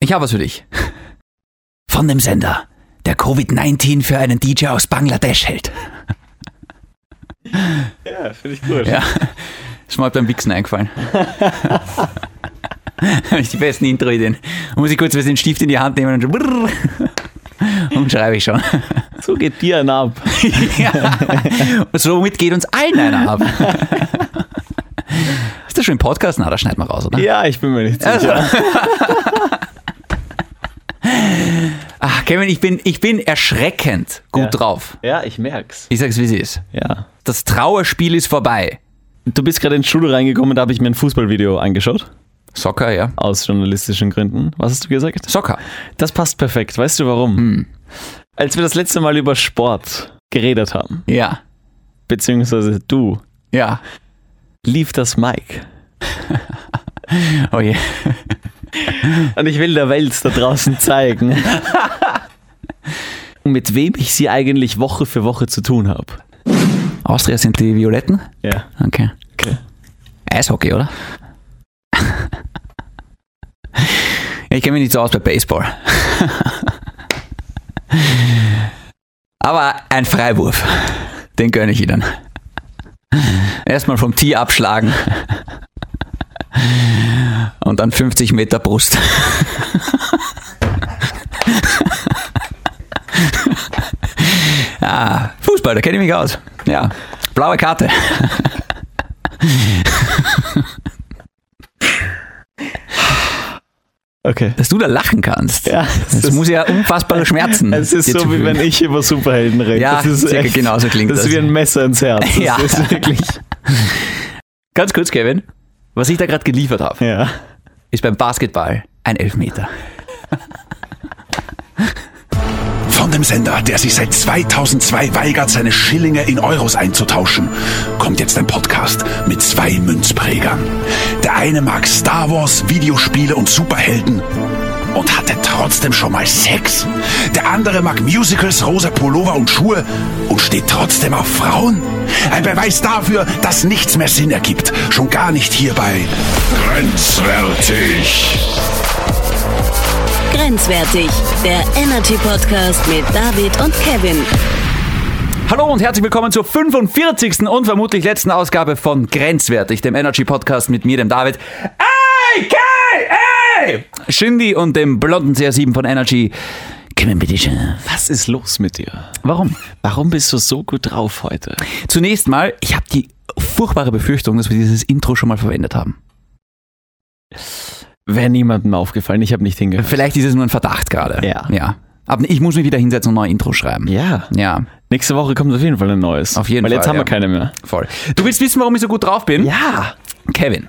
Ich habe was für dich. Von dem Sender, der Covid-19 für einen DJ aus Bangladesch hält. Ja, finde ich gut. Ja. Ist mir halt beim Wichsen eingefallen. Habe ich die besten Intro-Ideen. Muss ich kurz den Stift in die Hand nehmen und, brrr, und schreibe ich schon. So geht dir ein ab. ja. Und somit geht uns allen einer ab. Ist das schon im Podcast? Na, das schneiden wir raus, oder? Ja, ich bin mir nicht sicher. Ach, Ah, Kevin, ich bin, ich bin erschreckend gut Ja. drauf. Ja, ich merk's. Ich sag's, wie sie ist. Ja. Das Trauerspiel ist vorbei. Du bist gerade in die Schule reingekommen, da habe ich mir ein Fußballvideo angeschaut. Soccer, ja. Aus journalistischen Gründen. Was hast du gesagt? Soccer. Das passt perfekt. Weißt du warum? Als wir das letzte Mal über Sport geredet haben, Ja. beziehungsweise du, Ja. lief das Mike. Oh je. Und ich will der Welt da draußen zeigen, mit wem ich sie eigentlich Woche für Woche zu tun habe. Austria sind die Violetten? Ja. Okay. Okay. Eishockey, oder? ich kenne mich nicht so aus bei Baseball. Aber ein Freiwurf, den gönne ich Ihnen. Erstmal vom Tee abschlagen. Und dann 50 Meter Brust. ah, Fußball, da kenne ich mich aus. Ja, blaue Karte. Okay. dass du da lachen kannst. Ja, das muss ja unfassbare Schmerzen. Es ist dir so, wie zufügen. wenn ich über Superhelden rede. Ja, das ist circa echt, genauso klingt genau das. ist das. wie ein Messer ins Herz. Das Ja. ist wirklich. Ganz kurz, Kevin, was ich da gerade geliefert habe, Ja. ist beim Basketball ein Elfmeter. Von dem Sender, der sich seit 2002 weigert, seine Schillinge in Euros einzutauschen, kommt jetzt ein Podcast mit zwei Münzprägern. Der eine mag Star Wars, Videospiele und Superhelden und hatte trotzdem schon mal Sex. Der andere mag Musicals, rosa Pullover und Schuhe und steht trotzdem auf Frauen. Ein Beweis dafür, dass nichts mehr Sinn ergibt. Schon gar nicht hier bei Grenzwertig. Grenzwertig, der Energy Podcast mit David und Kevin. Hallo und herzlich willkommen zur 45. und vermutlich letzten Ausgabe von Grenzwertig, dem Energy Podcast mit mir, dem David. Ey, Kai, ey! Shindy und dem blonden CR7 von Energy. Kevin, bitte schön. Was ist los mit dir? Warum? Warum bist du so gut drauf heute? Zunächst mal, ich habe die furchtbare Befürchtung, dass wir dieses Intro schon mal verwendet haben. Wäre niemandem aufgefallen, ich habe nicht hingehört. Vielleicht ist es nur ein Verdacht gerade. Ja. ja. Aber ich muss mich wieder hinsetzen und ein neues Intro schreiben. Ja. Ja, Nächste Woche kommt auf jeden Fall ein neues. Auf jeden Weil jetzt Fall, haben ja. wir keine mehr. voll. Du willst wissen, warum ich so gut drauf bin? Ja. Kevin,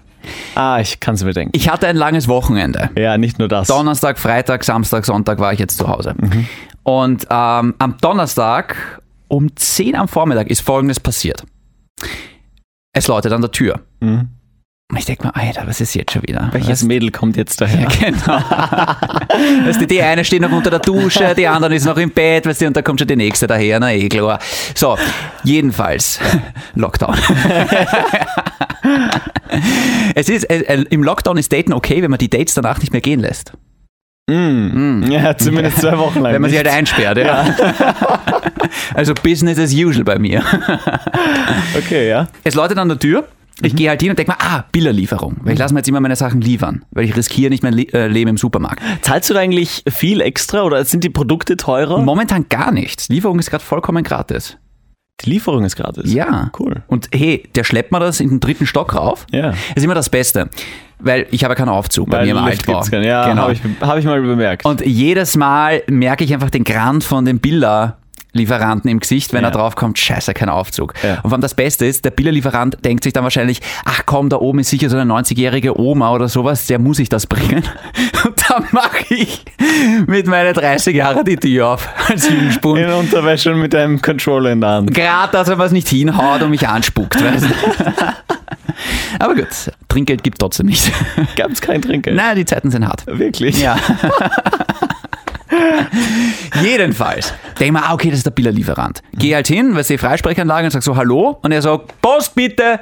Ah, ich kann es mir denken. ich hatte ein langes Wochenende. Ja, nicht nur das. Donnerstag, Freitag, Samstag, Sonntag war ich jetzt zu Hause. Mhm. Und ähm, am Donnerstag um 10 am Vormittag ist Folgendes passiert. Es läutet an der Tür. Mhm. Und ich denke mir, Alter, was ist jetzt schon wieder? Welches was? Mädel kommt jetzt daher? Genau. weißt du, Also die eine steht noch unter der Dusche, die andere ist noch im Bett, weißt du, und da kommt schon die nächste daher, na eh klar. So, jedenfalls, Lockdown. es ist, äh, äh, im Lockdown ist Daten okay, wenn man die Dates danach nicht mehr gehen lässt. Mm. Ja, zumindest zwei Wochen lang. Wenn man sie nicht. halt einsperrt, ja. also Business as usual bei mir. Okay, ja. Es läutet an der Tür. Ich gehe halt hin und denke mir, ah, Bilderlieferung. Weil ich lasse mir jetzt immer meine Sachen liefern, weil ich riskiere nicht mein Le äh, Leben im Supermarkt. Zahlst du da eigentlich viel extra oder sind die Produkte teurer? Momentan gar nichts. Lieferung ist gerade vollkommen gratis. die Lieferung ist gratis. Ja. Cool. Und hey, der schleppt mir das in den dritten Stock rauf. Ja. Ist immer das Beste. Weil ich habe ja keinen Aufzug bei Weil mir im Lift Altbau. gibt's keine. Ja, genau. habe ich, hab ich mal bemerkt. Und jedes Mal merke ich einfach den Grand von dem Billerlieferanten im Gesicht, wenn Ja. er draufkommt, scheiße, kein Aufzug. Ja. Und vor allem das Beste ist, der Billerlieferant denkt sich dann wahrscheinlich, ach komm, da oben ist sicher so eine 90-jährige Oma oder sowas, der muss ich das bringen. Und dann mache ich mit meinen 30 Jahren die Tür auf als Jungspund. in Unterwäsche und mit einem Controller in der Hand. Gerade, dass er was nicht hinhaut und mich anspuckt. Weißt? du. Aber gut, Trinkgeld gibt trotzdem nicht. Gab es kein Trinkgeld? Naja, die Zeiten sind hart. Wirklich? Ja. Jedenfalls. Denk mal, ah, okay, das ist der Billerlieferant. Geh halt hin, weißt du, die Freisprechanlage und sag so Hallo. Und er sagt, Post bitte.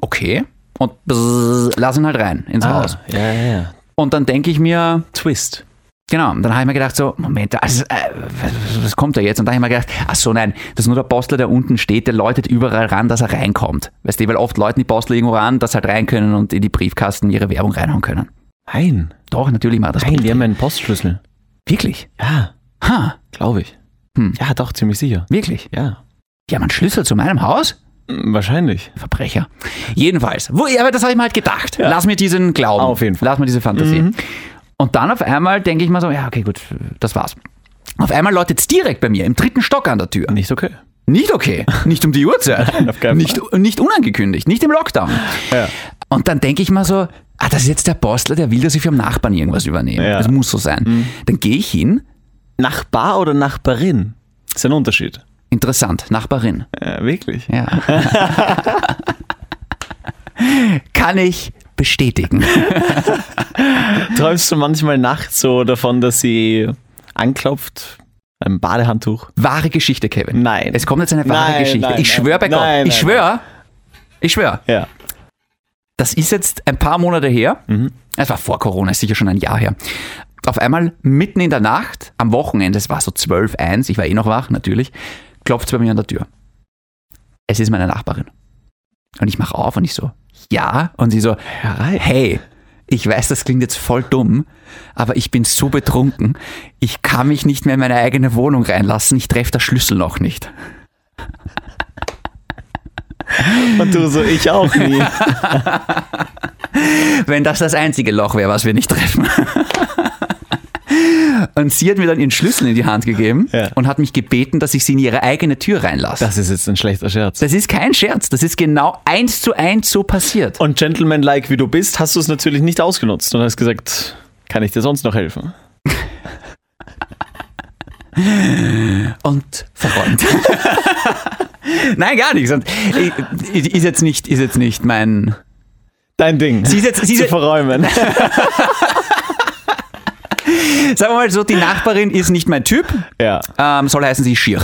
Okay. Und bzzz, lass ihn halt rein ins Ah, Haus. ja, ja, ja. Und dann denke ich mir, Twist. Genau, und dann habe ich mir gedacht, so, Moment, also, äh, was, was kommt da jetzt? Und dann habe ich mir gedacht, ach so, nein, das ist nur der Postler, der unten steht, der läutet überall ran, dass er reinkommt. Weißt du, weil oft läuten die Postler irgendwo ran, dass sie halt rein können und in die Briefkasten ihre Werbung reinhauen können. Nein. Doch, natürlich mal das Nein, die Brief- haben einen Postschlüssel. Wirklich? Ja, Ha, glaube ich. Hm. Ja, doch, ziemlich sicher. wirklich? Ja. Die haben einen Schlüssel zu meinem Haus? Hm, Wahrscheinlich. Verbrecher. Jedenfalls, wo, ja, aber das habe ich mir halt gedacht. Ja. Lass mir diesen Glauben. Auf jeden Fall. Mhm. Lass mir diese Fantasie. Und dann auf einmal denke ich mir so, ja, okay, gut, das war's. Auf einmal läutet's direkt bei mir im dritten Stock an der Tür. Hm. Nicht okay. Nicht okay. Nicht um die Uhrzeit. auf keinen nicht, nicht unangekündigt. Nicht im Lockdown. Und dann denke ich mal so, ah, das ist jetzt der Postler, der will, dass ich vom Nachbarn irgendwas übernehme. Ja. Mhm. Das muss so sein. Dann gehe ich hin. Nachbar oder Nachbarin? Ist ein Unterschied. Interessant, Nachbarin. Ja, wirklich. Ja. Kann ich bestätigen. Träumst du manchmal nachts so davon, dass sie anklopft? Ein Badehandtuch? Wahre Geschichte, Kevin. Nein. Es kommt jetzt eine wahre Nein, Geschichte. nein, ich nein. schwöre bei Gott. Nein, ich nein, schwöre. Ich schwöre. Ja. Das ist jetzt ein paar Monate her. Mhm. Es war vor Corona, ist sicher schon ein Jahr her. Auf einmal mitten in der Nacht, am Wochenende, es war so 12, 1, ich war eh noch wach, natürlich, klopft es bei mir an der Tür. Es ist meine Nachbarin. Und ich mache auf und ich so, ja. Und sie so, hey, ich weiß, das klingt jetzt voll dumm, aber ich bin so betrunken, ich kann mich nicht mehr in meine eigene Wohnung reinlassen, ich treffe der Schlüssel noch nicht. Und du so, ich auch nie. wenn das das einzige Loch wäre, was wir nicht treffen. Und sie hat mir dann ihren Schlüssel in die Hand gegeben Ja. und hat mich gebeten, dass ich sie in ihre eigene Tür reinlasse. Das, Das ist jetzt ein schlechter Scherz. ist kein Scherz, das ist genau eins zu eins so passiert. Und gentleman-like wie du bist, hast du es natürlich nicht ausgenutzt und hast gesagt, kann ich dir sonst noch helfen? Und verräumt. Nein, gar nichts. Und ich, ist jetzt nicht, ist jetzt nicht mein. Dein Ding. Sie ist jetzt, sie ist zu jetzt, verräumen. sagen wir mal so, die Nachbarin ist nicht mein Typ. ja. Ähm, soll heißen sie ist schier.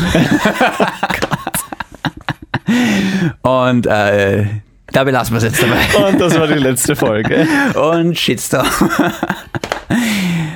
Und äh, da belassen wir es jetzt dabei. Und das war die letzte Folge. und Shitstorm.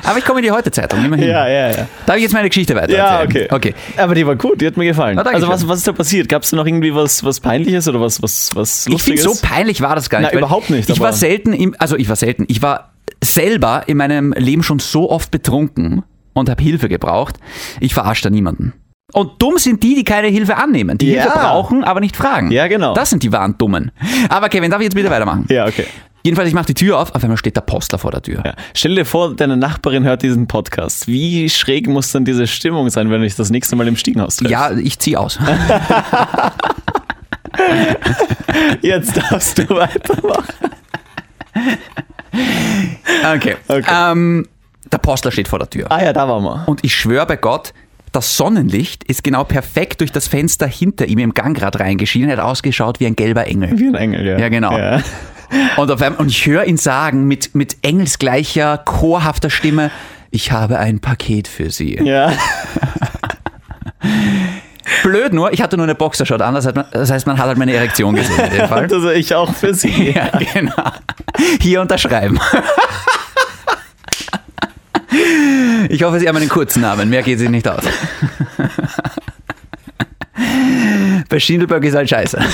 Aber ich komme in die Heute-Zeitung, immerhin. Ja, ja, ja. Darf ich jetzt meine Geschichte weiter Ja, erzählen? okay. Aber die war gut, die hat mir gefallen. Na, danke also was, schön. was ist da passiert? Gab es da noch irgendwie was, was Peinliches oder was, was, was Ich finde, Lustiges? so peinlich war das gar nicht. Na, weil überhaupt nicht, Ich war aber- selten, im, also ich war selten, ich war selber in meinem Leben schon so oft betrunken und habe Hilfe gebraucht. Ich verarsche da niemanden. Und dumm sind die, die keine Hilfe annehmen, die Ja. Hilfe brauchen, aber nicht fragen. Ja, genau. Das sind die wahren Dummen. Aber Kevin, darf ich jetzt bitte weitermachen? ja, okay. Jedenfalls, ich mache die Tür auf, auf einmal steht der Postler vor der Tür. Ja. Stell dir vor, deine Nachbarin hört diesen Podcast. Wie schräg muss dann diese Stimmung sein, wenn ich das nächste Mal im Stiegenhaus treffe? Ja, ich zieh aus. Jetzt darfst du weitermachen. Okay. Okay. Ähm, der Postler steht vor der Tür. Ah ja, da waren wir. Und ich schwöre bei Gott, das Sonnenlicht ist genau perfekt durch das Fenster hinter ihm im Gangrad reingeschienen. Er hat ausgeschaut wie ein gelber Engel. Wie ein Engel, ja. Ja, genau. Ja. Und, auf einmal, und ich höre ihn sagen mit, mit engelsgleicher, chorhafter Stimme, ich habe ein Paket für Sie. ja. Blöd nur, ich hatte nur eine Boxershot an, das heißt, man, das heißt, man hat halt meine Erektion gesehen in dem Fall. Das war ich auch für sie. Ja, genau. Hier unterschreiben. Ich hoffe, Sie haben einen kurzen Namen. Mehr geht sich nicht aus. Bei Schindelberg ist halt scheiße.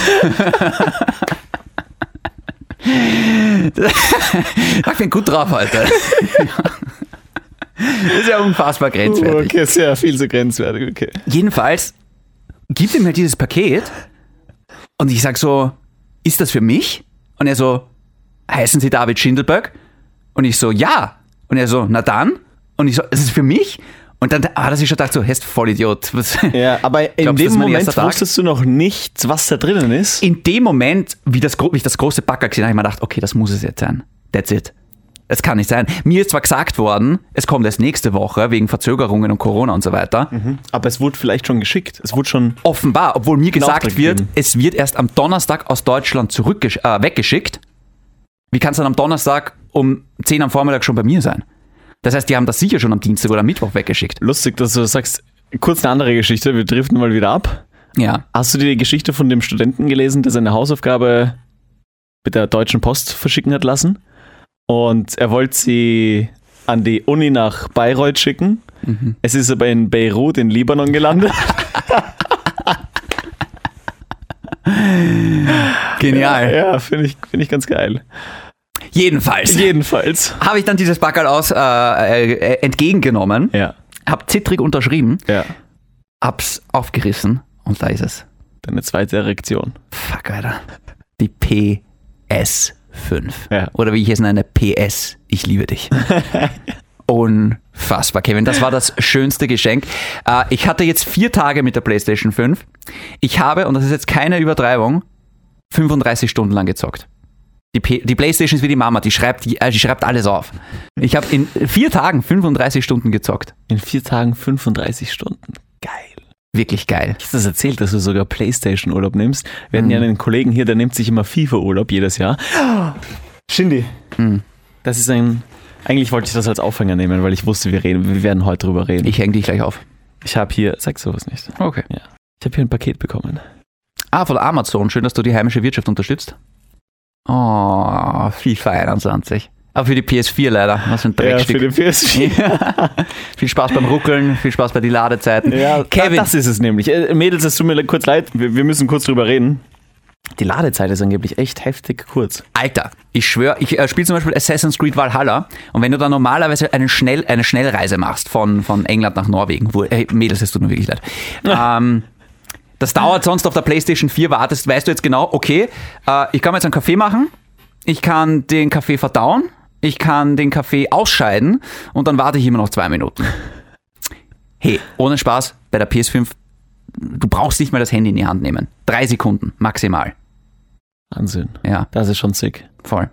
Ich bin gut drauf heute. Das ist ja unfassbar Oh, grenzwertig. okay, sehr viel zu grenzwertig, okay. Jedenfalls gibt er mir dieses Paket und ich sag so, ist das für mich? Und er so, heißen Sie David Schindelberg? Und ich so, ja. Und er so, na dann? Und ich so, ist es für mich? Und dann hat er sich schon gedacht, so, hest voll Idiot. Was? Ja, aber in Glaubst du, das dem ist mein Moment erster Tag? wusstest du noch nicht, was da drinnen ist. In dem Moment, wie, das, gro- wie ich das große Backer gesehen habe, habe ich mir gedacht, okay, das muss es jetzt sein. That's it. Das kann nicht sein. Mir ist zwar gesagt worden, es kommt erst nächste Woche wegen Verzögerungen und Corona und so weiter. Aber es wurde vielleicht schon geschickt. Es wurde schon. Offenbar, obwohl mir gesagt Auftrag wird, geben. es wird erst am Donnerstag aus Deutschland zurückgesch äh, weggeschickt. Wie kann es dann am Donnerstag um 10 am Vormittag schon bei mir sein? Das heißt, die haben das sicher schon am Dienstag oder am Mittwoch weggeschickt. Lustig, dass du sagst, kurz eine andere Geschichte, wir driften mal wieder ab. Ja. Hast du die Geschichte von dem Studenten gelesen, der seine Hausaufgabe mit der Deutschen Post verschicken hat lassen? Und er wollte sie an die Uni nach Bayreuth schicken. Es ist aber in Beirut in Libanon gelandet. Genial. ja, finde ich, find ich ganz geil. Jedenfalls Jedenfalls. habe ich dann dieses Backerl aus äh, äh, entgegengenommen, Ja, hab zittrig unterschrieben, ja. hab's aufgerissen und da ist es. Deine zweite Erektion. Fuck, Alter. Die PS5. Ja. Oder wie ich es nenne, PS, ich liebe dich. Unfassbar, Kevin. Das war das schönste Geschenk. Äh, ich hatte jetzt vier Tage mit der PlayStation 5. Ich habe, und das ist jetzt keine Übertreibung, 35 Stunden lang gezockt. Die, P die PlayStation ist wie die Mama, die schreibt, die, äh, die schreibt alles auf. Ich habe in vier Tagen 35 Stunden gezockt. In vier Tagen 35 Stunden. Geil. Wirklich geil. Hast du das erzählt, dass du sogar Playstation-Urlaub nimmst? Wir hatten ja einen Kollegen hier, der nimmt sich immer FIFA-Urlaub jedes Jahr. Shindy. Hm. Das ist ein... Eigentlich wollte ich das als Aufhänger nehmen, weil ich wusste, wir, reden, wir werden heute drüber reden. Ich hänge dich gleich auf. Ich habe hier, sag sowas nicht. Okay. Ich habe hier ein Paket bekommen. Ah, von Amazon. Schön, dass du die heimische Wirtschaft unterstützt. Oh, FIFA 21. Aber für die PS4 leider. Was für ein Dreckstück. PS4. viel Spaß beim Ruckeln, viel Spaß bei den Ladezeiten. Ja, Kevin. Kevin. das ist es nämlich. Äh, Mädels, es tut mir kurz leid, wir, wir müssen kurz drüber reden. Die Ladezeit ist angeblich echt heftig kurz. Alter, ich schwöre, ich äh, spiele zum Beispiel Assassin's Creed Valhalla und wenn du da normalerweise einen Schnell, eine Schnellreise machst von, von England nach Norwegen, wo, ey, Mädels, es tut mir wirklich leid. Ähm, das dauert sonst auf der PlayStation 4, wartest, weißt du jetzt genau, okay, äh, ich kann mir jetzt einen Kaffee machen, ich kann den Kaffee verdauen, ich kann den Kaffee ausscheiden und dann warte ich immer noch zwei Minuten. Hey, ohne Spaß, bei der PS5, du brauchst nicht mal das Handy in die Hand nehmen. Drei Sekunden maximal. Wahnsinn. Ja, Das ist schon sick. voll.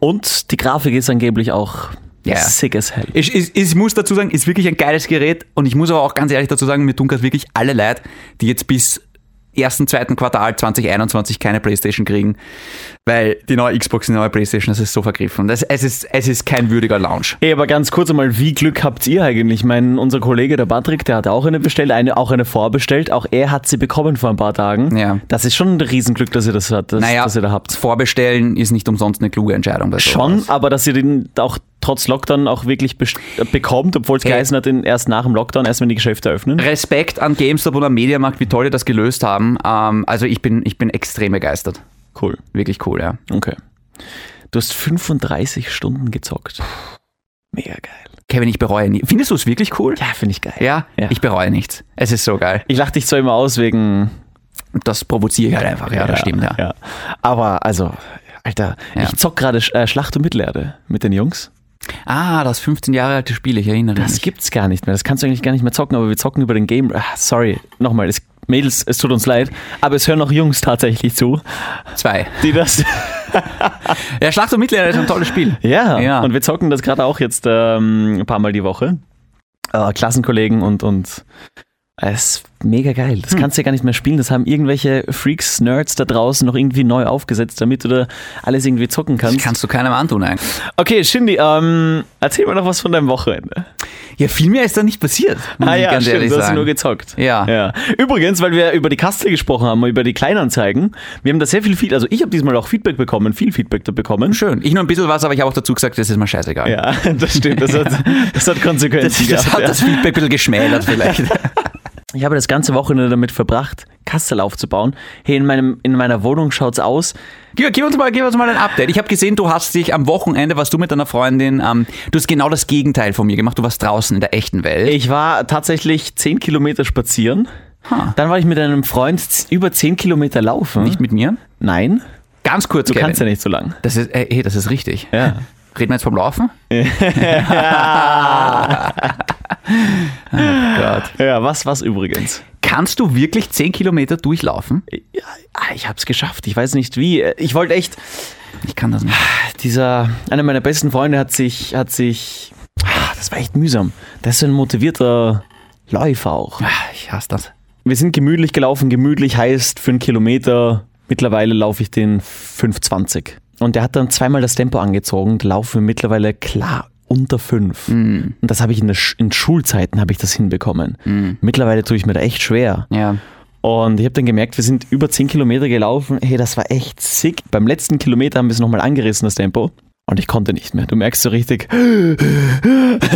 Und die Grafik ist angeblich auch Ja. sick as hell. Ich, ich, ich muss dazu sagen, ist wirklich ein geiles Gerät und ich muss aber auch ganz ehrlich dazu sagen, mir tun gerade wirklich alle leid, die jetzt bis ersten, zweiten Quartal 2021 keine Playstation kriegen, weil die neue Xbox, die neue Playstation, das ist so vergriffen. Das, es, ist, es ist kein würdiger Launch. Hey, aber ganz kurz einmal, wie Glück habt ihr eigentlich? Ich meine, unser Kollege, der Patrick, der hat auch eine bestellt, eine, auch eine vorbestellt. Auch er hat sie bekommen vor ein paar Tagen. Ja. Das ist schon ein Riesenglück, dass ihr das, hat, dass, Naja, dass ihr da habt. Vorbestellen ist nicht umsonst eine kluge Entscheidung. Bei sowas. Schon, aber dass ihr den auch trotz Lockdown auch wirklich best- äh, bekommt, obwohl es Hey. geheißen hat, den erst nach dem Lockdown, erst wenn die Geschäfte öffnen. Respekt an GameStop und am Mediamarkt, wie toll die das gelöst haben. Ähm, also ich bin, ich bin extrem begeistert. Cool. Wirklich cool, ja. Okay. Du hast 35 Stunden gezockt. Mega geil. Kevin, ich bereue nie. Findest du es wirklich cool? Ja, finde ich geil. Ja? Ja. Ich bereue nichts. Es ist so geil. Ich lache dich zwar immer aus wegen. Das provoziere ich halt einfach, ja, das stimmt, ja. Aber also, Alter, Ja. ich zock gerade äh, Schlacht um Mittelerde mit den Jungs. Ah, das 15 Jahre alte Spiel, ich erinnere Das mich. gibt's gar nicht mehr. Das kannst du eigentlich gar nicht mehr zocken, aber wir zocken über den Game. Ah, sorry, nochmal, es, Mädels, es tut uns leid, aber es hören auch Jungs tatsächlich zu, Zwei. die das. Ja, Schlacht um Mittelalter ist ein tolles Spiel. Ja, Ja. und wir zocken das gerade auch jetzt ähm, ein paar Mal die Woche. Äh, Klassenkollegen und, und äh, es ist mega geil. Hm. Das kannst du ja gar nicht mehr spielen. Das haben irgendwelche Freaks, Nerds da draußen noch irgendwie neu aufgesetzt, damit du da alles irgendwie zocken Das kannst. kannst du keinem antun eigentlich. Okay, Shindy, ähm, erzähl mir noch was von deinem Wochenende. Ja, viel mehr ist da nicht passiert. Muss ich ganz ehrlich Ah du hast sagen. nur gezockt. Ja. ja. Übrigens, weil wir über die Kastel gesprochen haben, über die Kleinanzeigen, wir haben da sehr viel Feedback, also ich habe diesmal auch Feedback bekommen, viel Feedback da bekommen. Schön. Ich nur ein bisschen was, aber ich habe auch dazu gesagt, das ist mir scheißegal. Ja, das stimmt, das hat, das hat Konsequenzen Das, das gehabt, hat ja. das Feedback ein bisschen geschmälert vielleicht. Ich habe das ganze Wochenende damit verbracht, Kastel aufzubauen. Hey, in, meinem, in meiner Wohnung schaut's aus. gib, gib, uns mal, gib uns mal ein Update. Ich habe gesehen, du hast dich am Wochenende, warst du mit deiner Freundin, ähm, du hast genau das Gegenteil von mir gemacht. Du warst draußen in der echten Welt. Ich war tatsächlich 10 Kilometer spazieren. Ha. Dann war ich mit einem Freund z- über 10 Kilometer laufen. Nicht mit mir. Nein, Ganz kurz, du Kevin. kannst ja nicht so lang. Das ist, äh, hey, das ist richtig. Ja. Reden wir jetzt vom Laufen? oh Gott. Ja, was, was übrigens? Kannst du wirklich 10 Kilometer durchlaufen? Ja, ah, ich hab's geschafft. Ich weiß nicht wie. Ich wollte echt. Ich kann das nicht. Dieser, einer meiner besten Freunde hat sich, hat sich. Ah, das war echt mühsam. Das ist so ein motivierter Läufer auch. Ah, Ich hasse das. Wir sind gemütlich gelaufen. Gemütlich heißt für einen Kilometer. Mittlerweile laufe ich den 5,20. Und der hat dann zweimal das Tempo angezogen. Da laufen wir mittlerweile klar unter 5. Und das habe ich in, der Sch in Schulzeiten habe ich das hinbekommen. Mittlerweile tue ich mir da echt schwer. Ja. Und ich habe dann gemerkt, wir sind über 10 Kilometer gelaufen. Hey, das war echt sick. Beim letzten Kilometer haben wir es nochmal angerissen, das Tempo. Und ich konnte nicht mehr. Du merkst so richtig, du,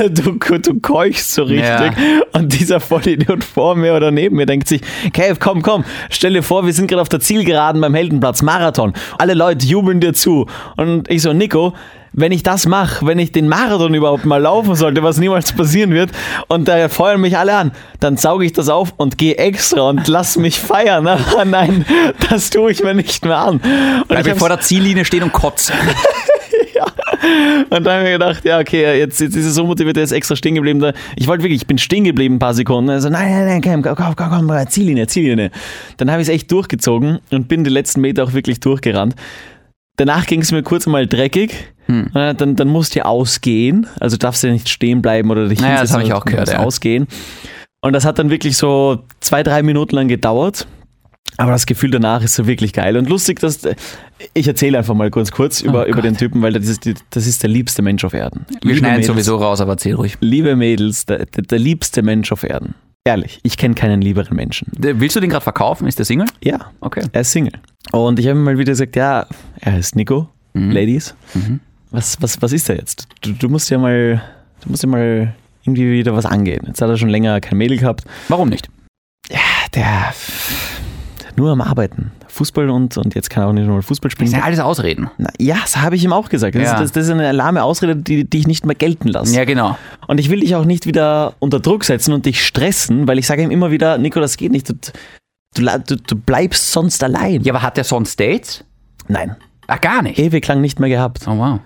du keuchst so richtig. Ja. Und dieser Vollidiot vor mir oder neben mir denkt sich, Kev, komm, komm, stell dir vor, wir sind gerade auf der Zielgeraden beim Heldenplatz, Marathon. Alle Leute jubeln dir zu. Und ich so, Nico, wenn ich das mache, wenn ich den Marathon überhaupt mal laufen sollte, was niemals passieren wird, und da feuern mich alle an, dann sauge ich das auf und gehe extra und lass mich feiern. Aber nein, das tue ich mir nicht mehr an. Und Bleib ich ich hab's- vor der Ziellinie stehen und kotz. Und dann habe ich mir gedacht, ja, okay, jetzt, jetzt ist es so motiviert, er ist extra stehen geblieben. Da- Ich wollte wirklich, ich bin stehen geblieben ein paar Sekunden. Also, nein, nein, nein, komm, komm, komm, komm, komm Ziellinie, Ziellinie. Dann habe ich es echt durchgezogen und bin die letzten Meter auch wirklich durchgerannt. Danach ging es mir kurz mal dreckig. Hm. Äh, Dann, dann musst du ja ausgehen. Also darfst du ja nicht stehen bleiben oder dich Naja, das hinsetzen, habe ich sondern auch du gehört, musst ja. ausgehen. Und das hat dann wirklich so zwei, drei Minuten lang gedauert. Aber das Gefühl danach ist so wirklich geil. Und lustig, dass. äh, Ich erzähle einfach mal kurz kurz über, über den Typen, weil das ist, die- das ist der liebste Mensch auf Erden. Oh Wir Liebe schneiden Mädels, sowieso raus, aber erzähl ruhig. Liebe Mädels, der, der, der liebste Mensch auf Erden. Ehrlich, ich kenne keinen lieberen Menschen. Äh, Willst du den gerade verkaufen? Ist der Single? Ja, Okay. er ist Single. Und ich habe ihm mal wieder gesagt, ja, er heißt Nico, Mhm. Ladies. Was, was, was ist er jetzt? Du, du musst ja mal, du musst ja mal irgendwie wieder was angehen. Jetzt hat er schon länger kein Mädel gehabt. Warum nicht? Der nur am Arbeiten. Fußball und, und jetzt kann er auch nicht nur mal Fußball Das spielen. sind ja alles Ausreden. Na, ja, das habe ich ihm auch gesagt. Das, Ja. ist, das, das ist eine lahme Ausrede, die, die ich nicht mehr gelten lasse. Ja, genau. Und ich will dich auch nicht wieder unter Druck setzen und dich stressen, weil ich sage ihm immer wieder, Nico, das geht nicht. Du, du, la- du, du bleibst sonst allein. Ja, aber hat der sonst Dates? Nein. Ach, Ah, gar nicht. Ewig lang nicht mehr gehabt. Oh, wow.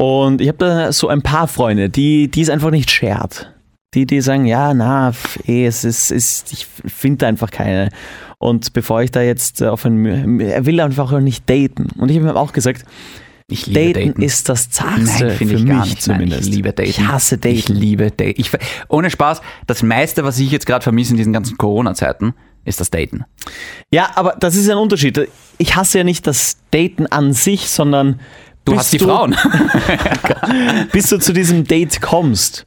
Und ich habe da so ein paar Freunde, die die es einfach nicht schert. Die, die sagen, ja, na, pf, eh, es ist, ist ich finde da einfach keine. Und bevor ich da jetzt auf ein, er will einfach auch nicht daten. Und ich habe ihm auch gesagt, Ich daten, ist das Zarteste Nein, finde für ich mich gar nicht. zumindest. Nein, ich liebe Daten. Ich hasse Daten. Ich liebe Daten. Ich, ver- ohne Spaß, das meiste, was ich jetzt gerade vermisse in diesen ganzen Corona-Zeiten, ist das Daten. Ja, aber das ist ja ein Unterschied. Ich hasse ja nicht das Daten an sich, sondern Du bis hast die Frauen. bis du zu diesem Date kommst.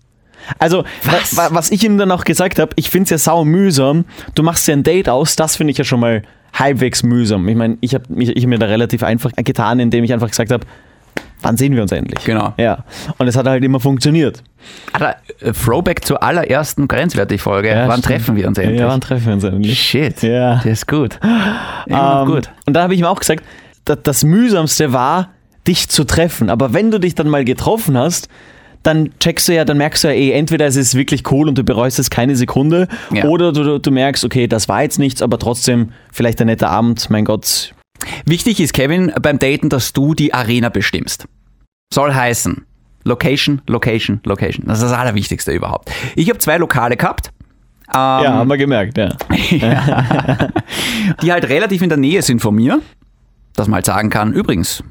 Also, was, wa was ich ihm dann auch gesagt habe, ich finde es ja sau mühsam. Du machst ja ein Date aus, das finde ich ja schon mal halbwegs mühsam. Ich meine, ich habe ich, ich hab mir da relativ einfach getan, indem ich einfach gesagt habe, wann sehen wir uns endlich? Genau. Ja. Und es hat halt immer funktioniert. Alter, äh, Throwback zur allerersten Grenzwertig-Folge. Ja, wann stimmt. treffen wir uns endlich? Ja, wann treffen wir uns endlich? Shit. Ja. Das ist gut. Immer noch Ähm, gut. Und da habe ich ihm auch gesagt, da- das Mühsamste war, dich zu treffen. Aber wenn du dich dann mal getroffen hast, dann checkst du ja, dann merkst du ja eh, entweder es ist wirklich cool und du bereust es keine Sekunde, Ja. oder du, du merkst, okay, das war jetzt nichts, aber trotzdem vielleicht ein netter Abend, mein Gott. Wichtig ist, Kevin, beim Daten, dass du die Arena bestimmst. Soll heißen, Location, Location, Location. Das ist das Allerwichtigste überhaupt. Ich habe zwei Lokale gehabt. Ähm, Ja, haben wir gemerkt, ja. die halt relativ in der Nähe sind von mir, dass man halt sagen kann, übrigens,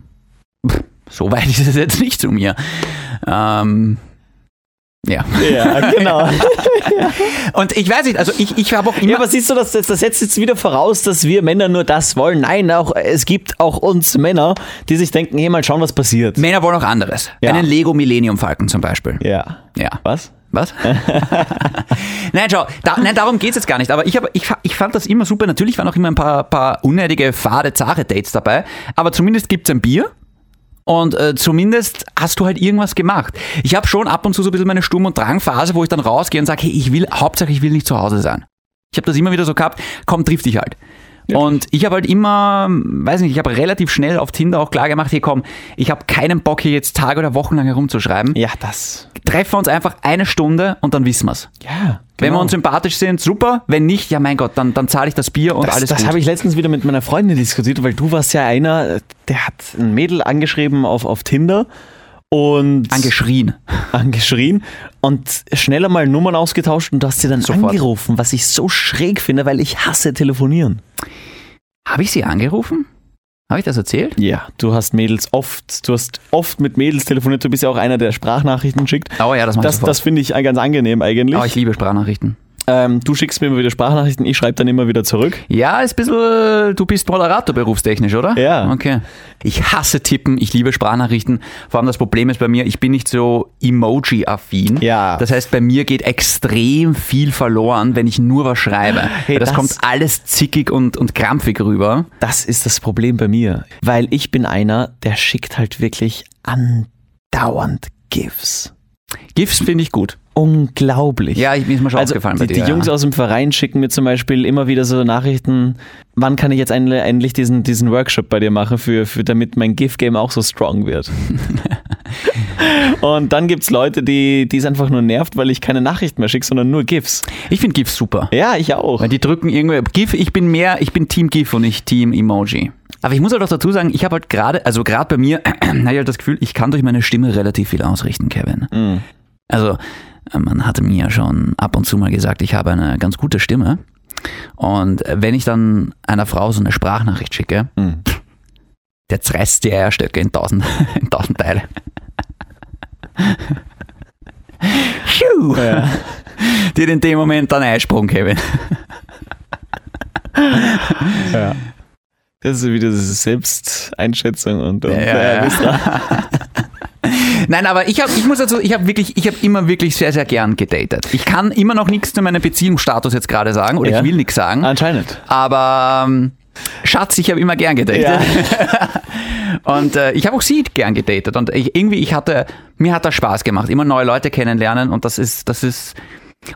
pff, so weit ist es jetzt nicht zu mir. Ähm, ja. Ja, genau. Und ich weiß nicht, also ich, ich habe auch immer... Ja, aber siehst du, das, das, das setzt jetzt wieder voraus, dass wir Männer nur das wollen. Nein, auch, es gibt auch uns Männer, die sich denken, hey, mal schauen, was passiert. Männer wollen auch anderes. Ja. Einen Lego Millennium Falcon zum Beispiel. Ja. Ja. Was? Was? nein, schau, da, nein, darum geht es jetzt gar nicht. Aber ich, hab, ich, fa- ich fand das immer super. Natürlich waren auch immer ein paar, paar unnötige, fade, zahre Dates dabei. Aber zumindest gibt es ein Bier. Und äh, zumindest hast du halt irgendwas gemacht. Ich habe schon ab und zu so ein bisschen meine Sturm- und Drangphase, wo ich dann rausgehe und sage, hey, ich will, Hauptsache ich will nicht zu Hause sein. Ich habe das immer wieder so gehabt, komm, triff dich halt. Und ich habe halt immer, weiß nicht, ich habe relativ schnell auf Tinder auch klar gemacht, hey komm, ich habe keinen Bock hier jetzt Tage oder Wochen lang herumzuschreiben Ja, das. treffen wir uns einfach eine Stunde und dann wissen wir's. Ja. genau. Wenn wir uns sympathisch sind, super. Wenn nicht, ja mein Gott, dann, dann zahle ich das Bier und Das, alles das gut. habe ich letztens wieder mit meiner Freundin diskutiert, weil du warst ja einer, der hat ein Mädel angeschrieben auf, auf Tinder und Angeschrien. angeschrien und schneller mal Nummern ausgetauscht und du hast sie dann Sofort. angerufen, was ich so schräg finde, weil ich hasse telefonieren. Habe ich sie angerufen? Habe ich das erzählt? Ja, du hast Mädels oft, du hast oft mit Mädels telefoniert, du bist ja auch einer, der Sprachnachrichten schickt. Oh ja, das mache ich Das, sofort. das finde ich ganz angenehm eigentlich. Aber ich liebe Sprachnachrichten. Ähm, du schickst mir immer wieder Sprachnachrichten, ich schreibe dann immer wieder zurück. Ja, ist ein bisschen, du bist Moderator berufstechnisch, oder? Ja. Okay. Ich hasse Tippen, ich liebe Sprachnachrichten. Vor allem das Problem ist bei mir, ich bin nicht so emoji-affin. Ja. Das heißt, bei mir geht extrem viel verloren, wenn ich nur was schreibe. Hey, das, das- kommt alles zickig und, und krampfig rüber. Das ist das Problem bei mir, weil ich bin einer, der schickt halt wirklich andauernd GIFs. GIFs finde ich gut. Unglaublich. Ja, ich, mir ist mal schon also aufgefallen bei die, dir. die Jungs ja. aus dem Verein schicken mir zum Beispiel immer wieder so Nachrichten, wann kann ich jetzt endlich- endlich diesen, diesen Workshop bei dir machen, für, für, damit mein GIF-Game auch so strong wird. Und dann gibt es Leute, die die es einfach nur nervt, weil ich keine Nachrichten mehr schicke, sondern nur GIFs. Ich finde GIFs super. Ja, ich auch. Weil die drücken irgendwie GIF, ich bin mehr, ich bin Team GIF und nicht Team Emoji. Aber ich muss halt auch dazu sagen, ich habe halt gerade, also gerade bei mir, habe ich halt das Gefühl, ich kann durch meine Stimme relativ viel ausrichten, Kevin. Mm, Also, äh, man hatte mir ja schon ab und zu mal gesagt, ich habe eine ganz gute Stimme. Und äh, wenn ich dann einer Frau so eine Sprachnachricht schicke, Mhm. der zerreißt die Eierstöcke in tausend, in tausend Teile. Schuh. Dir in dem Moment dann Einsprung, Kevin. Das ist wieder diese Selbsteinschätzung und, und Ja, ja, äh, ja. bist dran. Nein, aber ich habe, ich muss dazu, ich habe wirklich, ich habe immer wirklich sehr, sehr gern gedatet. Ich kann immer noch nichts zu meinem Beziehungsstatus jetzt gerade sagen oder Ja. ich will nichts sagen, Anscheinend. aber ähm, Schatz, ich habe immer gern gedatet. Ja. Und äh, ich habe auch sie gern gedatet und ich, irgendwie, ich hatte, mir hat das Spaß gemacht, immer neue Leute kennenlernen und das ist, das ist,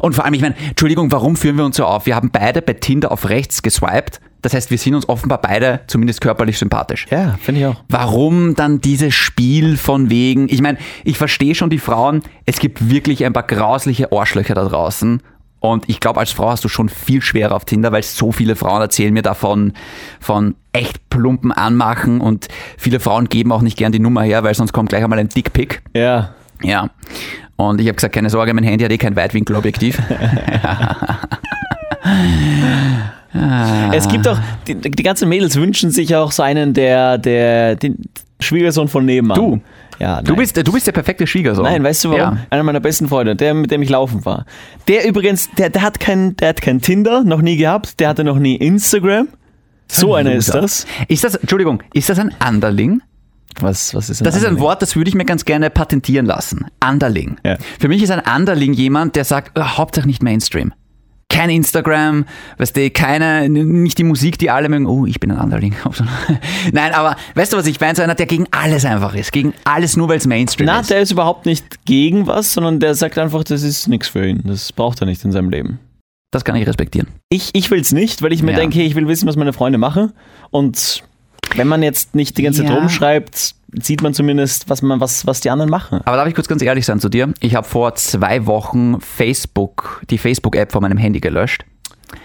und vor allem, ich meine, Entschuldigung, warum führen wir uns so auf? Wir haben beide bei Tinder auf rechts geswiped, das heißt, wir sind uns offenbar beide zumindest körperlich sympathisch Ja, finde ich auch. warum dann dieses Spiel von wegen, ich meine, ich verstehe schon die Frauen, es gibt wirklich ein paar grausliche Arschlöcher da draußen. Und ich glaube, als Frau hast du schon viel schwerer auf Tinder, weil so viele Frauen erzählen mir davon, von echt plumpen Anmachen und viele Frauen geben auch nicht gern die Nummer her, weil sonst kommt gleich einmal ein Dickpick. Ja. Ja. Und ich habe gesagt, keine Sorge, mein Handy hat eh kein Weitwinkelobjektiv. Es gibt auch, die, die ganzen Mädels wünschen sich auch so einen, der, der, den Schwiegersohn von nebenan. Du. Ja, Du nein. bist, du bist der perfekte Schwiegersohn. Nein, weißt du warum? Ja. Einer meiner besten Freunde, der, mit dem ich laufen war. Der übrigens, der, der, hat kein, der hat kein Tinder, noch nie gehabt, der hatte noch nie Instagram. So einer ist Loser. das. Ist das, Entschuldigung, ist das ein Anderling? Was, was ist Das ist ein Wort, das würde ich mir ganz gerne patentieren lassen. Underling. Ja. Für mich ist ein Underling jemand, der sagt, oh, Hauptsache nicht Mainstream. Kein Instagram, weißt du, keine, n- nicht die Musik, die alle mögen. Oh, ich bin ein Underling. Nein, aber weißt du, was ich meine? So einer, der gegen alles einfach ist. Gegen alles nur, weil es Mainstream Na, ist. der ist überhaupt nicht gegen was, sondern der sagt einfach, das ist nichts für ihn. Das braucht er nicht in seinem Leben. Das kann ich respektieren. Ich, ich will's nicht, weil ich mir Ja. denke, hey, ich will wissen, was meine Freunde machen. Und wenn man jetzt nicht die ganze Zeit Ja. rumschreibt, sieht man zumindest, was, man, was, was die anderen machen. Aber darf ich kurz ganz ehrlich sein zu dir? Ich habe vor zwei Wochen Facebook, die Facebook-App von meinem Handy gelöscht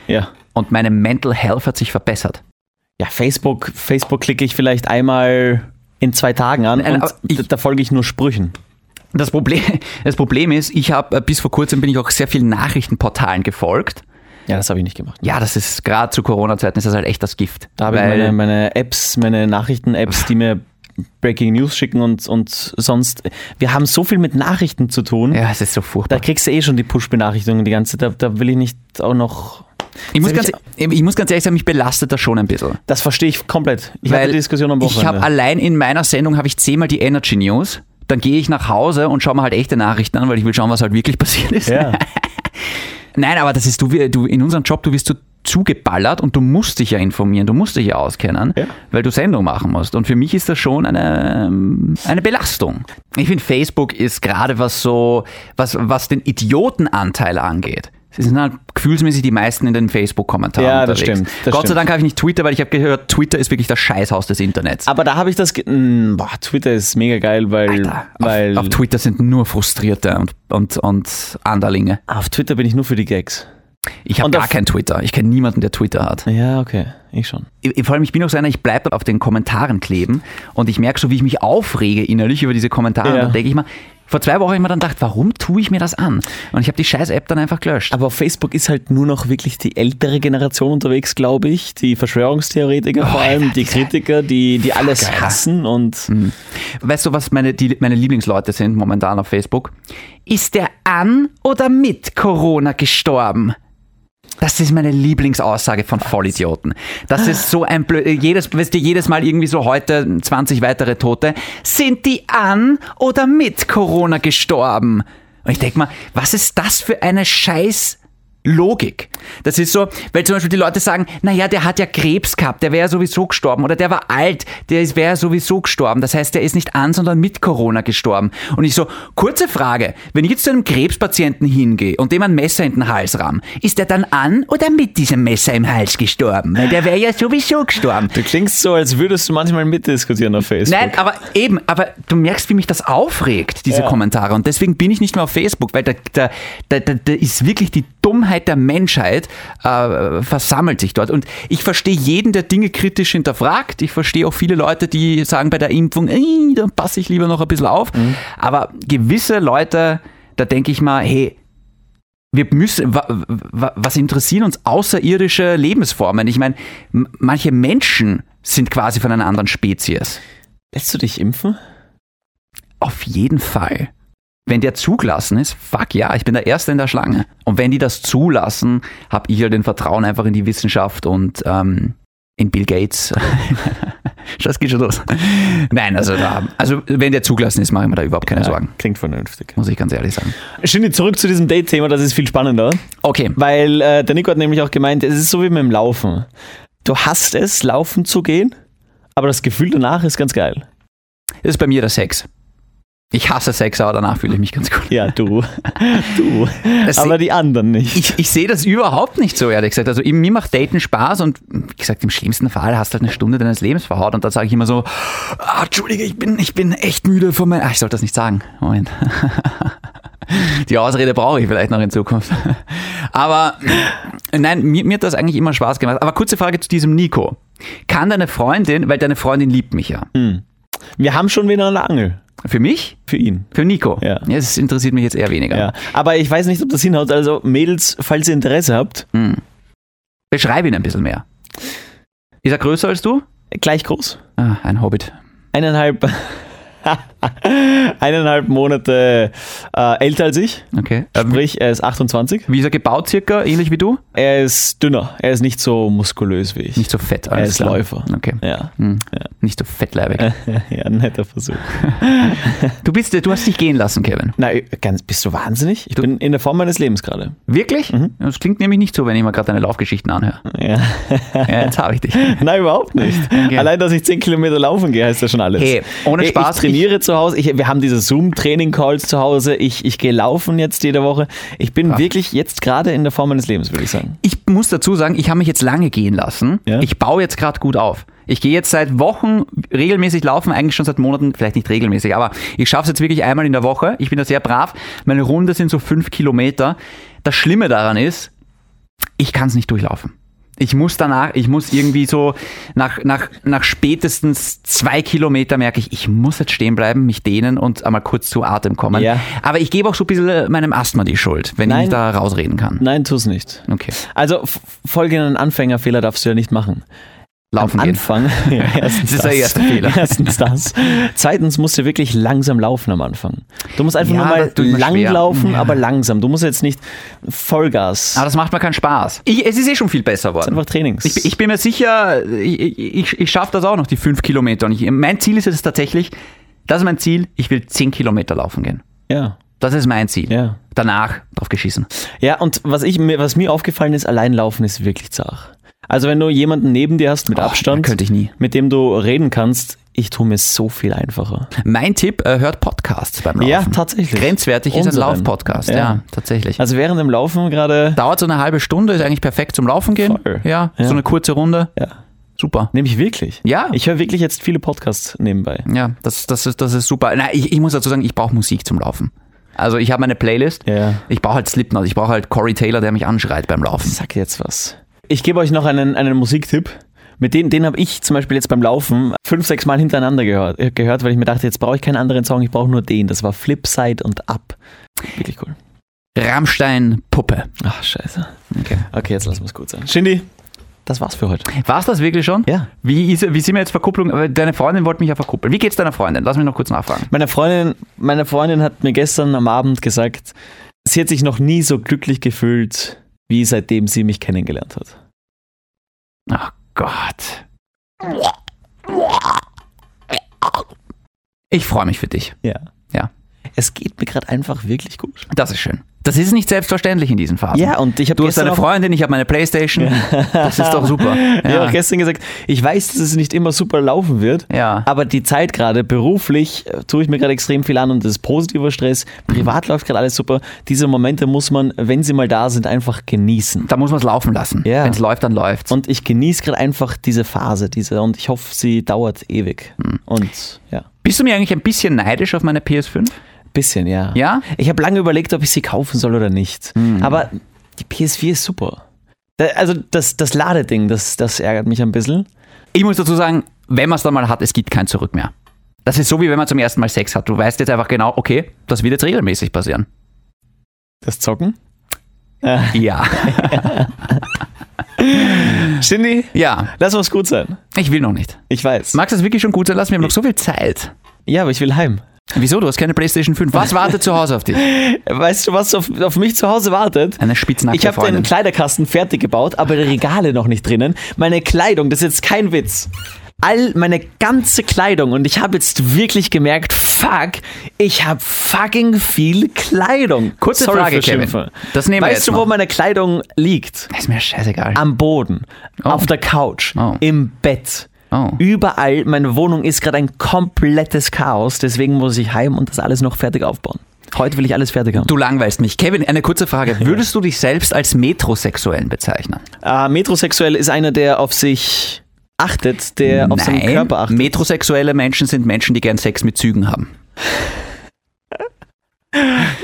Ja. und meine Mental Health hat sich verbessert. Ja, Facebook, Facebook klicke ich vielleicht einmal in zwei Tagen an Nein, und aber ich- da- da folge ich nur Sprüchen. Das Problem, das Problem ist, ich habe bis vor kurzem bin ich auch sehr vielen Nachrichtenportalen gefolgt. Ja, das habe ich nicht gemacht. Ja, das ist gerade zu Corona-Zeiten ist das halt echt das Gift. Da habe ich Weil- meine, meine Apps, meine Nachrichten-Apps, die mir Breaking News schicken und, und sonst. Wir haben so viel mit Nachrichten zu tun. ja, es ist so Da furchtbar. kriegst du eh schon die Push-Benachrichtigungen die ganze Zeit. Da, da will ich nicht auch noch. Ich muss, hab ganz, e-, ich muss ganz ehrlich sagen, mich belastet das schon ein bisschen. Das verstehe ich komplett. Ich weil hatte die Diskussion am Wochenende. Ich habe allein in meiner Sendung habe ich zehnmal die Energy News. Dann gehe ich nach Hause und schaue mir halt echte Nachrichten an, weil ich will schauen, was halt wirklich passiert ist. ja. Nein, aber das ist du, wir- du in unserem Job, du wirst so zugeballert und du musst dich ja informieren, du musst dich ja auskennen, Ja. weil du Sendung machen musst. Und für mich ist das schon eine, ähm, eine Belastung. Ich finde, Facebook ist gerade was so, was, was den Idiotenanteil angeht. Es sind halt gefühlsmäßig die meisten in den Facebook-Kommentaren. Ja, das unterwegs. stimmt, das Gott sei stimmt. Dank habe ich nicht Twitter, weil ich habe gehört, Twitter ist wirklich das Scheißhaus des Internets. Aber da habe ich das. Ge Mm, boah, Twitter ist mega geil, weil. Alter, weil auf, auf Twitter sind nur Frustrierte und, und, und Anderlinge. auf Twitter bin ich nur für die Gags. Ich habe Und gar auf- kein Twitter. Ich kenne niemanden, der Twitter hat. Ja, okay. Ich schon. Ich- vor allem, ich bin auch so einer, ich bleibe auf den Kommentaren kleben und ich merke so, wie ich mich aufrege innerlich über diese Kommentare. Und Ja. dann denke ich mal, vor zwei Wochen habe ich mir dann gedacht, warum tue ich mir das an? Und ich habe die scheiß App dann einfach gelöscht. Aber auf Facebook ist halt nur noch wirklich die ältere Generation unterwegs, glaube ich. Die Verschwörungstheoretiker vor allem, Oh, Alter, die diese- Kritiker, die, die alles Fuck, Alter. Mhm. hassen und. weißt du, was meine, die, meine Lieblingsleute sind momentan auf Facebook? Ist der an oder mit Corona gestorben? Das ist meine Lieblingsaussage von Vollidioten. Das ist so ein blöd. Jedes, weißt du, jedes Mal irgendwie so heute 20 weitere Tote. Sind die an oder mit Corona gestorben? Und ich denk mal, was ist das für eine Scheiß Logik. Das ist so, weil zum Beispiel die Leute sagen, naja, der hat ja Krebs gehabt, der wäre ja sowieso gestorben oder der war alt, der ist- wäre ja sowieso gestorben. Das heißt, der ist nicht an, sondern mit Corona gestorben. Und ich so, kurze Frage, wenn ich jetzt zu einem Krebspatienten hingehe und dem ein Messer in den Hals ramm, ist der dann an oder mit diesem Messer im Hals gestorben? Weil der wäre ja sowieso gestorben. Du klingst so, als würdest du manchmal mitdiskutieren auf Facebook. Nein, aber eben, aber du merkst, wie mich das aufregt, diese Ja. Kommentare. Und deswegen bin ich nicht mehr auf Facebook, weil da, da, da, da, da ist wirklich die Dummheit der Menschheit äh, versammelt sich dort. Und ich verstehe jeden, der Dinge kritisch hinterfragt. Ich verstehe auch viele Leute, die sagen bei der Impfung, "Ih, dann passe ich lieber noch ein bisschen auf. Mhm. Aber gewisse Leute, da denke ich mal, hey, wir müssen, wa, wa, was interessieren uns außerirdische Lebensformen? Ich meine, m- manche Menschen sind quasi von einer anderen Spezies. Lässt du dich impfen? Auf jeden Fall. Wenn der zugelassen ist, fuck ja, ich bin der Erste in der Schlange. Und wenn die das zulassen, habe ich halt den Vertrauen einfach in die Wissenschaft und ähm, in Bill Gates. Schau, es geht schon los. Nein, also, da, also wenn der zugelassen ist, mache ich mir da überhaupt keine Sorgen. Klingt vernünftig. Muss ich ganz ehrlich sagen. Shindy, zurück zu diesem Date-Thema, das ist viel spannender. Okay, Weil äh, der Nico hat nämlich auch gemeint, es ist so wie mit dem Laufen. Du hasst es, laufen zu gehen, aber das Gefühl danach ist ganz geil. das ist bei mir der Sex. Ich hasse Sex, aber danach fühle ich mich ganz gut. Ja, du. du. Das- aber die anderen nicht. Ich, ich sehe das überhaupt nicht so, ehrlich gesagt. Also eben, mir macht Daten Spaß und wie gesagt, im schlimmsten Fall hast du halt eine Stunde deines Lebens verhaut und dann sage ich immer so, ah, Entschuldige, ich bin, ich bin echt müde von meinem... Ah, ich sollte das nicht sagen. Moment. Die Ausrede brauche ich vielleicht noch in Zukunft. Aber nein, mir, mir hat das eigentlich immer Spaß gemacht. Aber kurze Frage zu diesem Nico. Kann deine Freundin, weil deine Freundin liebt mich ja. Hm. Wir haben schon wieder eine Angel Für mich? für ihn. Für Nico? Ja. Das interessiert mich jetzt eher weniger. Ja. Aber ich weiß nicht, ob das hinhaut. Also, Mädels, falls ihr Interesse habt, Beschreibe Hm. ihn ein bisschen mehr. Ist er größer als du? gleich groß. Ah, ein Hobbit. Eineinhalb, eineinhalb Monate äh, älter als ich. Okay. Ähm, Sprich, er ist 28. wie ist er gebaut circa? Ähnlich wie du? Er ist dünner. Er ist nicht so muskulös wie ich. Nicht so fett. er alles ist klar. Läufer. Okay. Ja. Hm. Nicht so fettleibig. ja, ein netter Versuch. Du bist, du hast dich gehen lassen, Kevin. Na, ganz, bist du wahnsinnig? Ich bin in der Form meines Lebens gerade. Wirklich? Das klingt nämlich nicht so, wenn ich mir gerade deine Laufgeschichten anhöre. Mhm. Ja. Ja, jetzt habe ich dich. Nein, überhaupt nicht. Allein, dass ich 10 Kilometer laufen gehe, heißt ja schon alles. Hey, ohne Hey, Spaß, Ich trainiere zu Hause. Ich, wir haben diese Zoom-Training-Calls zu Hause. Ich, ich gehe laufen jetzt jede Woche. Ich bin wirklich jetzt gerade in der Form meines Lebens, würde ich sagen. Ich muss dazu sagen, ich habe mich jetzt lange gehen lassen. Ja. Ich baue jetzt gerade gut auf. Ich gehe jetzt seit Wochen regelmäßig laufen, eigentlich schon seit Monaten, vielleicht nicht regelmäßig, aber ich schaffe es jetzt wirklich einmal in der Woche. Ich bin da sehr brav. Meine Runde sind so fünf Kilometer. Das Schlimme daran ist, ich kann es nicht durchlaufen. Ich muss danach, ich muss irgendwie so nach, nach, nach spätestens zwei Kilometer merke ich, ich muss jetzt stehen bleiben, mich dehnen und einmal kurz zu Atem kommen. Ja. Aber ich gebe auch so ein bisschen äh, meinem Asthma die Schuld, wenn ich Nein. mich da rausreden kann. Nein, tu es nicht. Okay. Also, f- folgenden Anfängerfehler darfst du ja nicht machen. Laufen am gehen. Anfang. Erstens Das ist der erste Fehler. Erstens das. Zweitens musst du wirklich langsam laufen am Anfang. Du musst einfach Ja, nur mal das tut mir lang schwer. laufen, Ja. aber langsam. Du musst jetzt nicht Vollgas. Aber Ah, das macht mir keinen Spaß. Ich, es ist eh schon viel besser geworden. einfach Trainings. Ich, ich bin mir sicher, ich, ich, ich schaffe das auch noch, die fünf Kilometer. Und ich, mein Ziel ist es tatsächlich, das ist mein Ziel, ich will zehn Kilometer laufen gehen. ja, Das ist mein Ziel. ja. Danach drauf geschissen. Ja, und was, ich, mir- was mir aufgefallen ist, allein laufen ist wirklich zart. Also wenn du jemanden neben dir hast mit Abstand, Oh, könnte ich nie. mit dem du reden kannst, ich tue mir so viel einfacher. Mein Tipp, äh, hört Podcasts beim Laufen. Ja, tatsächlich. Grenzwertig ist ein Unseren. Laufpodcast, ja. Ja. tatsächlich. Also während dem Laufen gerade Dauert so eine halbe Stunde, ist eigentlich perfekt zum Laufen gehen. Voll. Ja, Ja. so eine kurze Runde. Ja. Super. nehme ich wirklich. Ja. Ich höre wirklich jetzt viele Podcasts nebenbei. Ja, das, das, ist, das ist super. Na, ich, ich muss dazu sagen, ich brauche Musik zum Laufen. Also ich habe meine Playlist. Ja. Ich brauche halt Slipknot. Ich brauche halt Corey Taylor, der mich anschreit beim Laufen. Sag jetzt was. Ich gebe euch noch einen, einen Musiktipp. Mit dem, den habe ich zum Beispiel jetzt beim Laufen fünf, sechs Mal hintereinander gehört, äh, gehört weil ich mir dachte, jetzt brauche ich keinen anderen Song, ich brauche nur den. Das war Flipside und Up. Wirklich cool. Rammstein Puppe. Ach, scheiße. Okay. Okay, jetzt lassen wir es gut sein. Shindy, das war's für heute. War es das wirklich schon? Ja. Wie, ist, wie sind wir jetzt Verkupplung? Aber Deine Freundin wollte mich ja verkuppeln. Wie geht's deiner Freundin? Lass mich noch kurz nachfragen. Meine Freundin, meine Freundin hat mir gestern am Abend gesagt, sie hat sich noch nie so glücklich gefühlt wie wie seitdem sie mich kennengelernt hat. Oh Gott. Ich freue mich für dich. Ja. Ja, Es geht mir gerade einfach wirklich gut. das ist schön. Das ist nicht selbstverständlich in diesen Phasen. Ja, und ich habe Du hast gestern deine auch- Freundin, ich habe meine Playstation. Das ist doch super. Ich habe auch Ähm, gestern gesagt, ich weiß, dass es nicht immer super laufen wird, Ja. aber die Zeit gerade beruflich äh, tue ich mir gerade extrem viel an und das ist positiver Stress. Privat läuft gerade alles super. Diese Momente muss man, wenn sie mal da sind, einfach genießen. Da muss man es laufen lassen. Ja. Wenn es läuft, dann läuft's. Und ich genieße gerade einfach diese Phase, diese und ich hoffe, sie dauert ewig. Hm. Und ja, Bist du mir eigentlich ein bisschen neidisch auf meine PS5? bisschen, ja. Ja? Hm. Ich habe lange überlegt, ob ich sie kaufen soll oder nicht. Aber die PS4 ist super. Da- Also das, das Ladeding, das, das ärgert mich ein bisschen. Ich muss dazu sagen, wenn man es dann mal hat, es gibt kein Zurück mehr. Das ist so, wie wenn man zum ersten Mal Sex hat. Du weißt jetzt einfach genau, okay, das wird jetzt regelmäßig passieren. Das Zocken. Ja. Shindy, ja, lass uns gut sein. ich will noch nicht. Ich weiß. Magst du es wirklich schon gut sein lassen? Wir haben noch so viel Zeit. ja, aber ich will heim. Wieso? Du hast keine Playstation 5. Was wartet zu Hause auf dich? Weißt du, was auf, auf mich zu Hause wartet? Eine spitznackte Ich habe den Freundin. Kleiderkasten fertig gebaut, aber die Regale noch nicht drinnen. Meine Kleidung, das ist jetzt kein Witz. All meine ganze Kleidung und ich habe jetzt wirklich gemerkt, fuck, ich habe fucking viel Kleidung. Kurze Frage, für Kevin. Schimpfe. Das nehmen wir weißt jetzt du, wo noch. meine Kleidung liegt? Ist mir scheißegal. Am Boden, auf der Couch, Oh. im Bett. Oh. Überall, meine Wohnung ist gerade ein komplettes Chaos, deswegen muss ich heim und das alles noch fertig aufbauen. Heute will ich alles fertig haben. Du langweilst mich. Kevin, eine kurze Frage. Würdest du dich selbst als Metrosexuellen bezeichnen? Äh, metrosexuell ist einer, der auf sich achtet, der auf seinen Körper achtet. metrosexuelle Menschen sind Menschen, die gern Sex mit Zügen haben.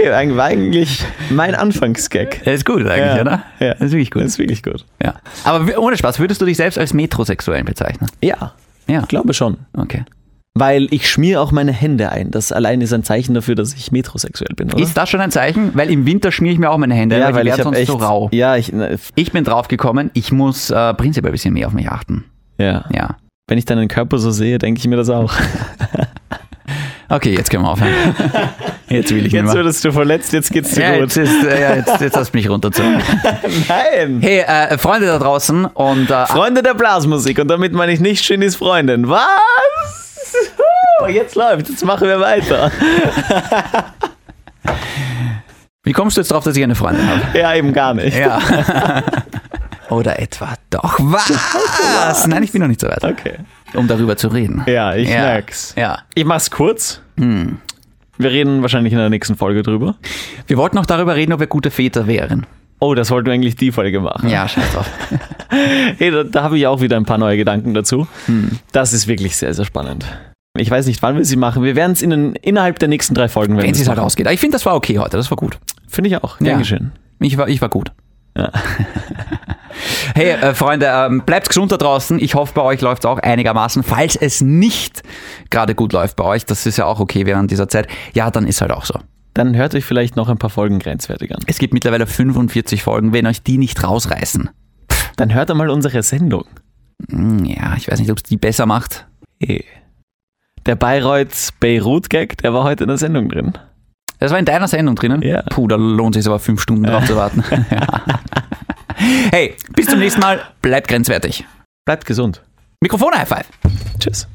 Ja, eigentlich- war eigentlich mein Anfangsgag. Das ist gut eigentlich, Ja, oder? ja. Das ist wirklich gut. Das ist wirklich gut. Ja. Aber w- ohne Spaß, würdest du dich selbst als Metrosexuellen bezeichnen? Ja, Ja. ich glaube schon. Okay. Weil ich schmier auch meine Hände ein. Das allein ist ein Zeichen dafür, dass ich metrosexuell bin, oder? Ist das schon ein Zeichen? Weil im Winter schmiere ich mir auch meine Hände, weil, die werden hab sonst so rau. Ja, ich, na, f- Ich bin draufgekommen, ich muss äh, prinzipiell ein bisschen mehr auf mich achten. ja. Ja. Wenn ich deinen Körper so sehe, denke ich mir das auch. Okay, jetzt können wir aufhören. Jetzt will ich nicht Jetzt mehr. wurdest du verletzt, jetzt geht's dir Ja, gut. jetzt, ist, äh, ja, jetzt, jetzt hast du mich runterzogen. Nein! Hey, äh, Freunde da draußen und äh, Freunde der Blasmusik und damit meine ich nicht Shindys Freundin. Was? Uh, Jetzt läuft, jetzt machen wir weiter. ah, wie kommst du jetzt drauf, dass ich eine Freundin habe? Ja, eben gar nicht. Ja. Oder etwa doch. Was? Nein, ich bin noch nicht so weit, Okay. um darüber zu reden. Ja, ich Ja. Hm. merk's. Ja. Ich mach's kurz. Wir reden wahrscheinlich in der nächsten Folge drüber. Wir wollten noch darüber reden, ob wir gute Väter wären. Oh, das wollten wir eigentlich die Folge machen. Ja, scheiß drauf. Hey, da, da habe ich auch wieder ein paar neue Gedanken dazu. Hm. Das ist wirklich sehr, sehr spannend. Ich weiß nicht, wann wir sie machen. Wir werden es in, innerhalb der nächsten drei Folgen Wenn werden. es sich halt ausgeht. Aber ich finde, das war okay heute. Das war gut. Finde ich auch. Ja. Gern geschehen. Ich war, ich war gut. Hey, äh, Freunde, ähm, bleibt gesund da draußen. Ich hoffe, bei euch läuft es auch einigermaßen. Falls es nicht gerade gut läuft bei euch, das ist ja auch okay während dieser Zeit. Ja, dann ist halt auch so. Dann hört euch vielleicht noch ein paar Folgen grenzwertig an. Es gibt mittlerweile 45 Folgen. Wenn euch die nicht rausreißen, Dann hört einmal unsere Sendung. hm, ja, ich weiß nicht, ob es die besser macht. Hey. Der Bayreuth-Beirut-Gag, der war heute in der Sendung drin. Das war in deiner Sendung drinnen? Ja. Puh, da lohnt es sich aber fünf Stunden drauf zu warten. Ja. hey, bis zum nächsten Mal. Bleibt grenzwertig. Bleibt gesund. Mikrofon High Five. Tschüss.